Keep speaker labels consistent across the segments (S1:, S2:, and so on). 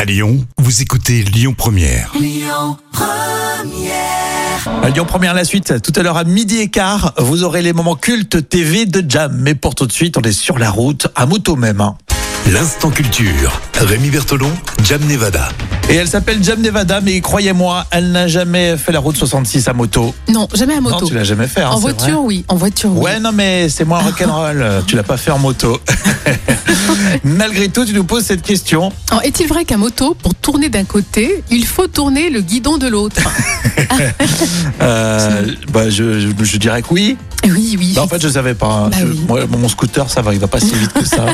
S1: À Lyon, vous écoutez Lyon Première.
S2: À Lyon Première, la suite, tout à l'heure à midi et quart, vous aurez les moments cultes TV de Jam. Mais pour tout de suite, on est sur la route, à moto même. hein.
S1: L'instant culture. Rémi Bertolon, Jam Nevada.
S2: Et elle s'appelle Jam Nevada, mais croyez-moi, elle n'a jamais fait la route 66 à moto.
S3: Non, jamais à
S2: Non,
S3: moto.
S2: tu l'as jamais fait. hein,
S3: en
S2: c'est vrai.
S3: voiture, oui. En voiture, oui.
S2: Ouais, non, mais c'est moins rock'n'roll. Euh, tu l'as pas fait en moto. Malgré tout, tu nous poses cette question.
S3: Alors, Est-il vrai qu'à moto, pour tourner d'un côté, il faut tourner le guidon de l'autre
S2: Ah. Euh, bah, je, je- je dirais que oui.
S3: Eh Oui, oui.
S2: Bah, en fait, je savais pas. hein.
S3: Bah
S2: Je-
S3: oui.
S2: moi, mon scooter, ça va, il va pas si vite que ça.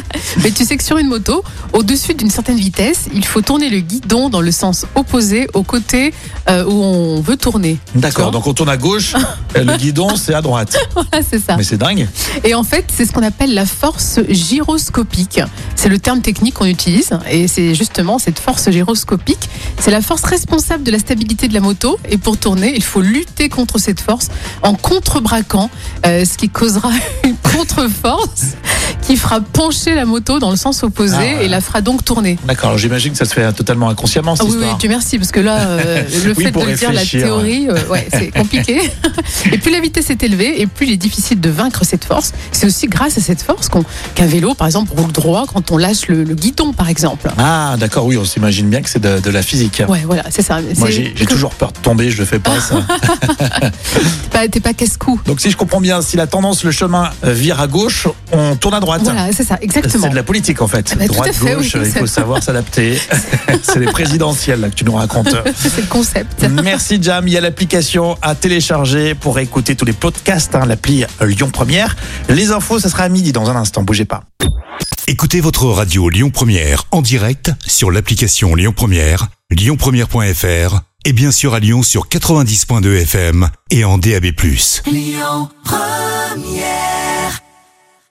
S3: Mais tu sais que sur une moto, au-dessus d'une certaine vitesse, il faut tourner le guidon dans le sens opposé au côté euh, où on veut tourner.
S2: D'accord.
S3: Tu vois
S2: Donc on tourne à gauche. et le guidon, c'est à droite.
S3: Voilà, c'est ça.
S2: Mais c'est dingue.
S3: Et en fait, c'est ce qu'on appelle la force gyroscopique. C'est le terme technique qu'on utilise. Et c'est justement cette force gyroscopique. C'est la force responsable de la stabilité de la moto. Et pour tourner, il faut lutter contre cette force en contrebraquant, euh, ce qui causera une contre-force qui fera pencher la moto dans le sens opposé
S2: Ah ouais.
S3: et la fera donc tourner.
S2: D'accord. alors J'imagine que ça se fait totalement inconsciemment cette
S3: Ah oui, oui,
S2: histoire.
S3: Dieu merci, parce que là, euh, le
S2: Oui,
S3: fait
S2: pour
S3: de le dire, la
S2: réfléchir,
S3: théorie, euh, ouais, c'est compliqué. et plus la vitesse est élevée, et plus il est difficile de vaincre cette force. C'est aussi grâce à cette force qu'on- qu'un vélo, par exemple, roule droit quand on lâche le, le guidon, par exemple.
S2: Ah, d'accord. Oui, on s'imagine bien que c'est de, de la physique.
S3: Ouais, voilà, c'est ça.
S2: Moi,
S3: C'est-
S2: j'ai j'ai toujours peur de tomber. Je le fais pas. Ça.
S3: T'es pas, t'es pas casse-cou.
S2: Donc si je comprends bien, si la tendance, le chemin euh, vire à gauche, on tourne à droite.
S3: Voilà, c'est ça,
S2: C'est
S3: exactement.
S2: de la politique en fait.
S3: Ah bah, tout
S2: Droite,
S3: à fait,
S2: gauche,
S3: oui,
S2: il
S3: c'est
S2: faut
S3: vrai.
S2: savoir s'adapter. c'est les présidentielles là, que tu nous racontes.
S3: C'est le concept.
S2: Merci Jam, il y a l'application à télécharger pour écouter tous les podcasts, hein, l'appli Lyon Première. Les infos, ça sera à midi dans un instant, bougez pas.
S1: Écoutez votre radio Lyon Première en direct sur l'application Lyon Première, lyonpremière.fr et bien sûr à Lyon sur 90.2 FM et en DAB+.